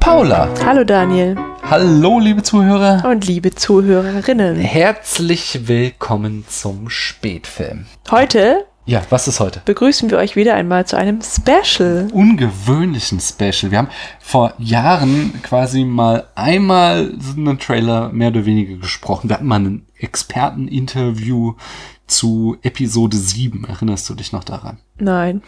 Carola. Hallo Daniel Hallo, liebe Zuhörer. und liebe Zuhörerinnen. Herzlich willkommen zum Spätfilm. Heute Ja, was ist heute? begrüßen wir euch wieder einmal zu einem Special. Ungewöhnlichen Special. Wir haben vor Jahren quasi mal einmal so einen Trailer mehr oder weniger gesprochen. Wir hatten mal ein Experteninterview zu Episode 7. Erinnerst du dich noch daran? Nein.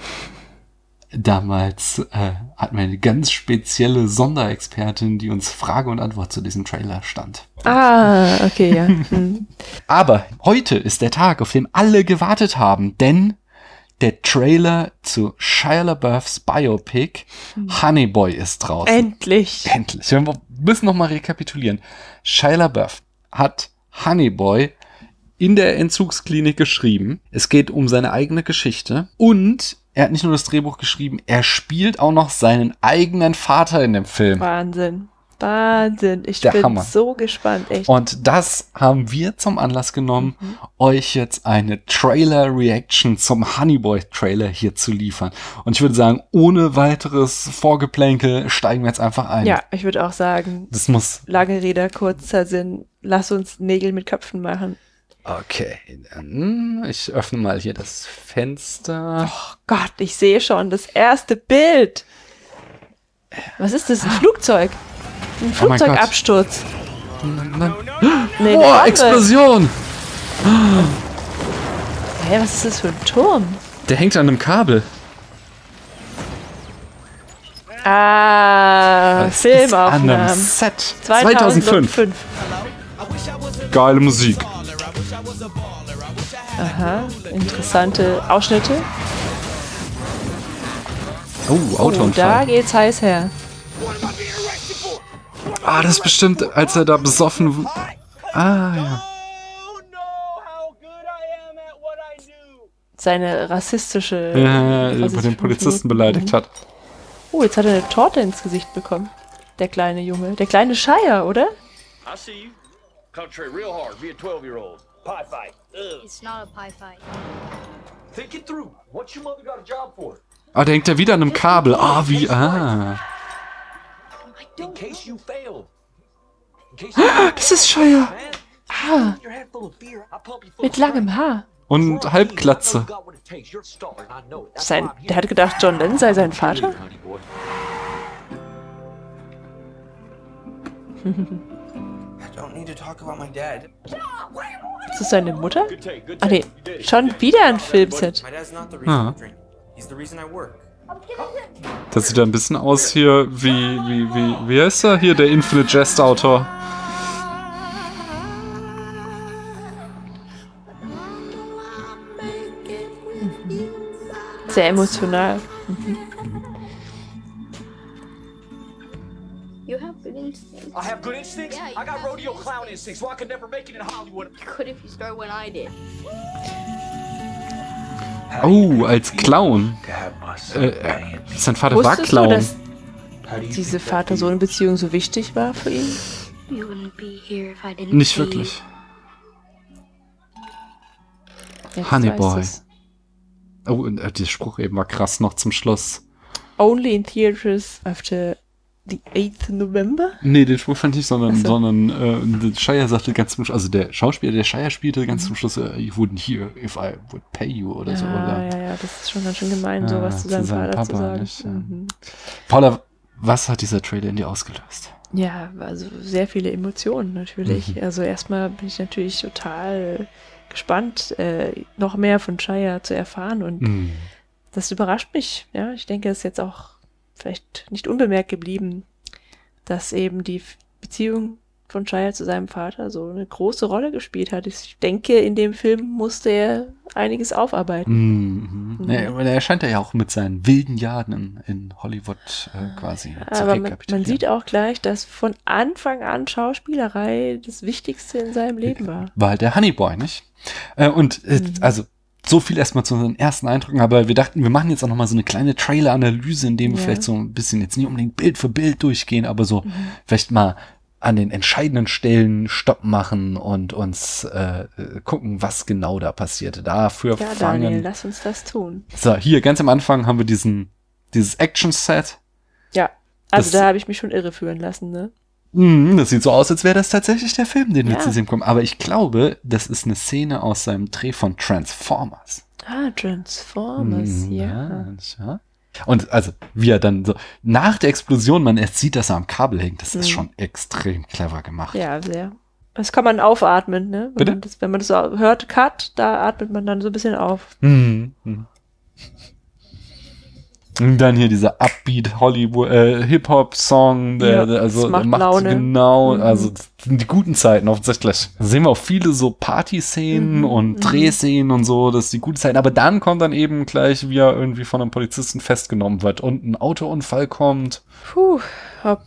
Damals äh, hatten wir eine ganz spezielle Sonderexpertin, die uns Frage und Antwort zu diesem Trailer stand. Ah, okay, ja. Hm. Aber heute ist der Tag, auf den alle gewartet haben, denn der Trailer zu Shia LaBeoufs Biopic Honey Boy ist draußen. Endlich. Endlich. Wir müssen nochmal rekapitulieren. Shia LaBeouf hat Honey Boy in der Entzugsklinik geschrieben. Es geht um seine eigene Geschichte und er hat nicht nur das Drehbuch geschrieben, er spielt auch noch seinen eigenen Vater in dem Film. Wahnsinn. Wahnsinn. Ich Der bin Hammer. Oh so gespannt, echt. Mhm. Und das haben wir zum Anlass genommen, euch jetzt eine Trailer-Reaction zum Honeyboy-Trailer hier zu liefern. Und ich würde sagen, ohne weiteres Vorgeplänkel steigen wir jetzt einfach ein. Ja, ich würde auch sagen, Das muss. lange Rede, kurzer Sinn. Lass uns Nägel mit Köpfen machen. Okay, dann ich öffne mal hier das Fenster. Oh Gott, ich sehe schon das erste Bild. Was ist das? Ein Flugzeug. Ein Ah. Oh mein Gott. Flugzeugabsturz. Boah, Nee, eine Bombe. Explosion! Hä, was ist das für ein Turm? Der hängt an einem Kabel. Ah, Das ist an einem Filmaufnahmen. Set. 2005. Geile Musik. Aha, interessante Ausschnitte. Oh, Oh, da Autounfall. geht's heiß her. ah, das ist bestimmt, als er da besoffen. Ah, ja. Oh, Seine rassistische. äh, rassistischen den Polizisten beleidigt hat. Oh, jetzt hat er eine Torte ins Gesicht bekommen. Der kleine Junge. Der kleine Shire, oder? I see you. Country real hard. Be a 12 year old. Pie fight. Ugh. It's not a pie fight. Think it through. What's your mother got a job for? Ah, der hängt ja wieder an einem Kabel. Ah, wie, ah. I In don't. case you failed. In case you Das ist Scheuer. man. Your head full of fear. I pump you Ah. full Mit of strength. langem Haar. Und Halbglatze. Sein, der hat gedacht, John Lennon sei sein Vater? Don't need to talk about my dad. Ist das seine Mutter? Ah nee, schon wieder ein Filmset. My dad's not the reason I drink. He's the reason I work. Das sieht ja ein bisschen aus hier wie, wie, wie, wie heißt er hier, der Infinite Jest Autor? Sehr emotional. You have good instincts. I have good instincts. Yeah, you I got have rodeo good clown instincts. instincts. Well, I could never make it in Hollywood. Could if you start when I did. Oh, als Clown. Äh, äh, sein Vater war Wusstest du, Clown. dass diese Vater-Sohn-Beziehung so wichtig war für ihn? You wouldn't be here if I didn't. Nicht wirklich. Jetzt Honey weiß Boy. ich's. Oh, und, äh, der Spruch eben war krass noch zum Schluss. Only in theaters after the 8th November? Nee, den Spruch fand ich, sondern, Ach so. sondern äh, Shire sagte ganz zum Schluss, also der Schauspieler, der Shire spielte ganz zum Schluss, äh, you wouldn't hear if I would pay you oder so. Oder? Ah, ja, ja, ja, das ist schon ganz schön gemein, Ah, sowas zu seinem Vater zu Papa, sagen. nicht, ja. mhm. Paula, was hat dieser Trailer in dir ausgelöst? Ja, also sehr viele Emotionen natürlich. Mhm. Also erstmal bin ich natürlich total gespannt, äh, noch mehr von Shia zu erfahren und Mhm. das überrascht mich. Ja, ich denke, es ist jetzt auch vielleicht nicht unbemerkt geblieben, dass eben die F- Beziehung von Shia zu seinem Vater so eine große Rolle gespielt hat. Ich denke, in dem Film musste er einiges aufarbeiten. Mhm. Mhm. Ja, aber er scheint ja auch mit seinen wilden Jahren in, in Hollywood äh, quasi zu Aber man, man rekapitulieren. sieht auch gleich, dass von Anfang an Schauspielerei das Wichtigste in seinem Leben war. War halt der Honeyboy, nicht? Äh, und äh, Mhm. also so viel erstmal zu unseren ersten Eindrücken, aber wir dachten, wir machen jetzt auch nochmal so eine kleine Trailer-Analyse, indem wir Ja. Mhm. vielleicht so ein bisschen jetzt nicht unbedingt Bild für Bild durchgehen, aber so vielleicht mal an den entscheidenden Stellen Stopp machen und uns äh, äh, gucken, was genau da passierte. Dafür Ja, fangen Daniel, lass uns das tun. So, hier ganz am Anfang haben wir diesen, dieses Action-Set. Ja. Also Das- da habe ich mich schon irreführen lassen, ne? Mhm, das sieht so aus, als wäre das tatsächlich der Film, den wir Ja. zu sehen kommen. Aber ich glaube, das ist eine Szene aus seinem Dreh von Transformers. Ah, Transformers, Mhm, ja. ja. Und also, wie er dann so nach der Explosion, man erst sieht, dass er am Kabel hängt, das ist Mhm. schon extrem clever gemacht. Ja, sehr. Das kann man aufatmen, ne? Wenn Bitte? Man das, wenn man das so hört, Cut, da atmet man dann so ein bisschen auf. Mhm. mhm. Und dann hier dieser Upbeat Hollywood äh, Hip Hop Song, der, Ja, der also das macht der macht Laune. genau, Mhm. also das sind die guten Zeiten offensichtlich. Da sehen wir auch viele so Partyszenen Mhm, und mhm. Drehszenen und so, das ist die guten Zeiten. Aber dann kommt dann eben gleich, wie er irgendwie von einem Polizisten festgenommen wird und ein Autounfall kommt. Puh, ob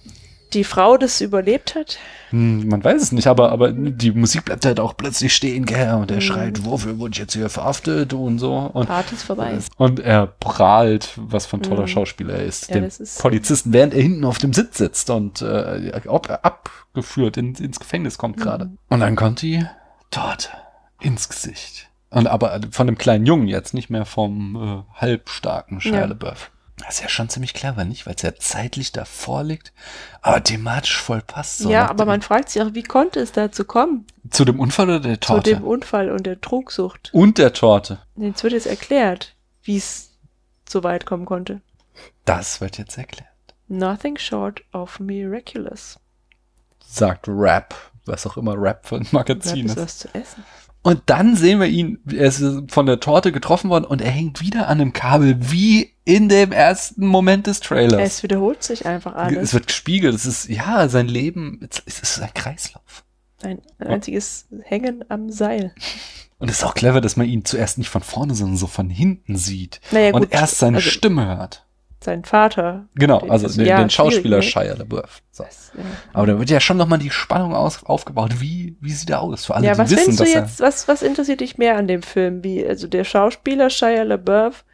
die Frau das überlebt hat? Hm, man weiß es nicht, aber aber die Musik bleibt halt auch plötzlich stehen, gell? Und er Mhm. schreit, wofür wurde ich jetzt hier verhaftet und so. Und Partys vorbei. Und er prahlt, was für ein toller Mhm. Schauspieler er ist. Ja, dem das ist- Polizisten, während er hinten auf dem Sitz sitzt und äh, ob, abgeführt in, ins Gefängnis Mhm. kommt gerade. Und dann kommt die Torte ins Gesicht. Und aber von dem kleinen Jungen jetzt, nicht mehr vom äh, halbstarken Shia Ja. LaBeouf. Das ist ja schon ziemlich clever, nicht? Weil es ja zeitlich davor liegt, aber thematisch voll passt. So ja, nach aber dem- man fragt sich auch, wie konnte es dazu kommen? Zu dem Unfall oder der Torte? Zu dem Unfall und der Trugsucht. und der Torte. Jetzt wird jetzt erklärt, wie es so weit kommen konnte. Das wird jetzt erklärt. Nothing short of miraculous. Sagt Rap. Was auch immer Rap für ein Magazin ist. Bleibt es was zu essen. Und dann sehen wir ihn, er ist von der Torte getroffen worden und er hängt wieder an dem Kabel, wie in dem ersten Moment des Trailers. Es wiederholt sich einfach Es, alles. wird gespiegelt, es ist, ja, sein Leben, es, es ist ein Kreislauf. Ein einziges Hängen am Seil. Und es ist auch clever, dass man ihn zuerst nicht von vorne, sondern so von hinten sieht Naja, und gut, erst seine also- Stimme hört. Sein Vater. Genau, Den- also also, den, ja, den Schauspieler schwierig, Shia LaBeouf. So. Das, ja. Aber da wird ja schon nochmal die Spannung aus, aufgebaut, wie, wie sieht er aus? Für alle, ja, die was wissen, findest du dass jetzt, was, was interessiert dich mehr an dem Film? Wie, also der Schauspieler Shia LaBeouf,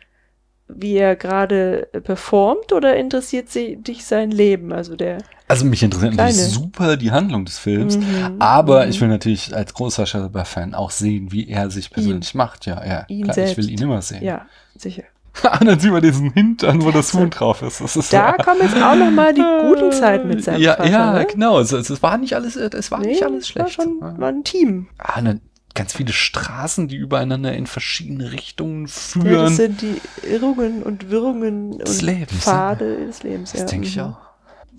wie er gerade performt oder interessiert sie, dich sein Leben? Also der. er... Also mich interessiert natürlich Kleine. super die Handlung des Films. Mhm, Aber mhm. ich will natürlich als großer Sherlock-Fan auch sehen, wie er sich persönlich macht. Ja, ja. Ihn klar, ich will selbst. ihn immer sehen. Ja, sicher. Und dann sehen wir diesen Hintern, wo das Also, Huhn drauf ist. Das ist Da kommen jetzt auch nochmal die guten Zeiten mit seinem ja, Vater. Ja, ne? genau. Es, es es war nicht alles, äh, es war nicht alles War schlecht. schon war ein Team. ah, und dann ganz viele Straßen, die übereinander in verschiedene Richtungen Ja, das führen. sind die Irrungen und Wirrungen Des und Lebens, ne? Pfade des Lebens. das ja. denke ich mhm. auch.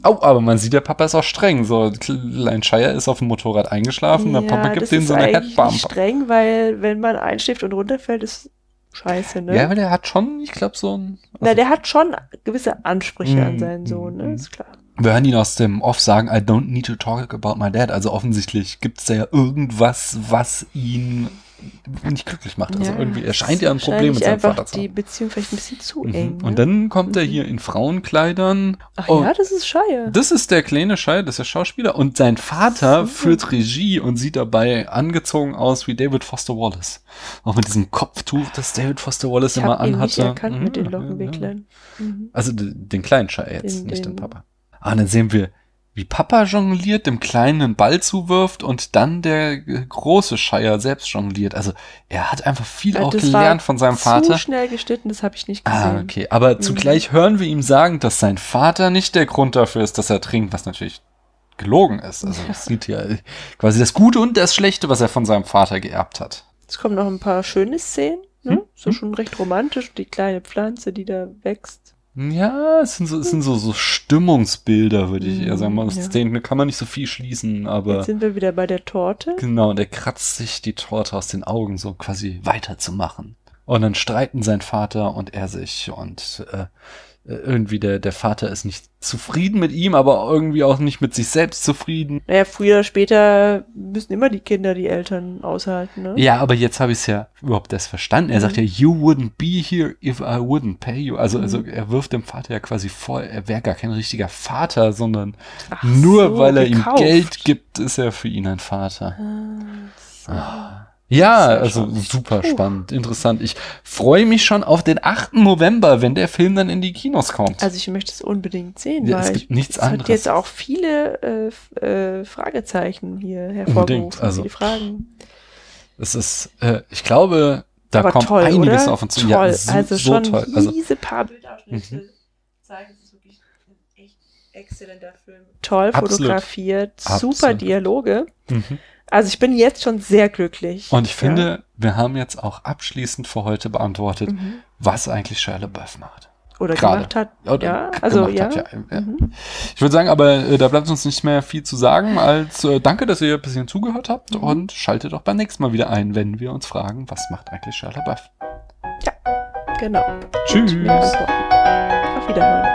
Oh, aber man sieht, der Papa ist auch streng. So, Klein Shire ist auf dem Motorrad eingeschlafen, der Papa gibt das ihm ist so eine eigentlich nicht Headbump. streng, weil wenn man einschläft und runterfällt, ist scheiße, ne? Ja, aber der hat schon, ich glaube, so ein. also, Na, der hat schon gewisse Ansprüche an Mhm, seinen Sohn, mhm. ne? Ist klar. Wir hören ihn aus dem Off sagen, I don't need to talk about my dad. Also offensichtlich gibt es da ja irgendwas, was ihn nicht glücklich macht. Also Ja, irgendwie, er es scheint ja ein ist Problem mit seinem wahrscheinlich Vater einfach zu die haben. Beziehung vielleicht ein bisschen zu eng. Mhm. Ne? Und dann kommt er Mhm. hier in Frauenkleidern. Ach Oh, ja, das ist Scheiße. Das ist der kleine Schei, das ist der Schauspieler. Und sein Vater Mhm. führt Regie und sieht dabei angezogen aus wie David Foster Wallace. Auch mit diesem Kopftuch, das David Foster Wallace ich immer habe ihn nicht anhatte. erkannt mit den Mhm, Lockenwicklern. Mhm. also d- den kleinen Schei jetzt, Den- nicht den den- Papa. Ah, und dann sehen wir, wie Papa jongliert, dem Kleinen einen Ball zuwirft und dann der äh, große Scheier selbst jongliert. Also er hat einfach viel Ja, auch das gelernt war von seinem Mhm. zu Vater. schnell geschnitten, das habe ich nicht gesehen. Mhm. Ah, okay. Aber zugleich hören wir ihm sagen, dass sein Vater nicht der Grund dafür ist, dass er trinkt, was natürlich gelogen ist. Also es sieht ja äh, quasi das Gute und das Schlechte, was er von seinem Vater geerbt hat. Es kommen noch ein paar schöne Szenen, ne? Hm, So hm. schon recht romantisch, die kleine Pflanze, die da wächst. Ja, es sind so, es sind so, so Stimmungsbilder, würde ich eher sagen. Mhm, Aus ja. denen kann man nicht so viel schließen, aber. Jetzt sind wir wieder bei der Torte. Genau, und er kratzt sich die Torte aus den Augen, so quasi weiterzumachen. Und dann streiten sein Vater und er sich und äh, irgendwie der, der Vater ist nicht zufrieden mit ihm, aber irgendwie auch nicht mit sich selbst zufrieden. Naja, früher oder später müssen immer die Kinder die Eltern aushalten, ne? Ja, aber jetzt habe ich es ja überhaupt erst verstanden. Er Mhm. sagt ja, you wouldn't be here if I wouldn't pay you. Also, Mhm. also er wirft dem Vater ja quasi vor, er wäre gar kein richtiger Vater, sondern Ach nur so, weil er gekauft. ihm Geld gibt, ist er für ihn ein Vater. Ah, so. Ja, Sehr also spannend. super Puh. spannend, interessant. Ich freue mich schon auf den 8. November, wenn der Film dann in die Kinos kommt. Also ich möchte es unbedingt sehen, Ja, weil es gibt ich, nichts es hat anderes. jetzt auch viele äh, f- äh, Fragezeichen hier hervorgerufen, also. viele Fragen. es ist, äh, ich glaube, da Aber kommt toll, einiges oder? auf uns zu. Toll, Ja, so, also so schon toll. Also, diese paar Bildausschnitte zeigen es wirklich wirklich ein echt exzellenter Film. Toll Absolut. fotografiert, super Absolut. Dialoge. Mhm. Also ich bin jetzt schon sehr glücklich. Und ich finde, wir haben jetzt auch abschließend für heute beantwortet, Mhm. was eigentlich Shia LaBeouf macht. ja. oder gerade. gemacht hat. Oder ja, g- also ja. gemacht hat, ja, ja. Mhm. Ich würde sagen, aber äh, da bleibt uns nicht mehr viel zu sagen, als äh, danke, dass ihr ein bisschen zugehört habt Mhm. und schaltet auch beim nächsten Mal wieder ein, wenn wir uns fragen, was macht eigentlich Shia LaBeouf? Genau. Tschüss! Auf Wiederhören.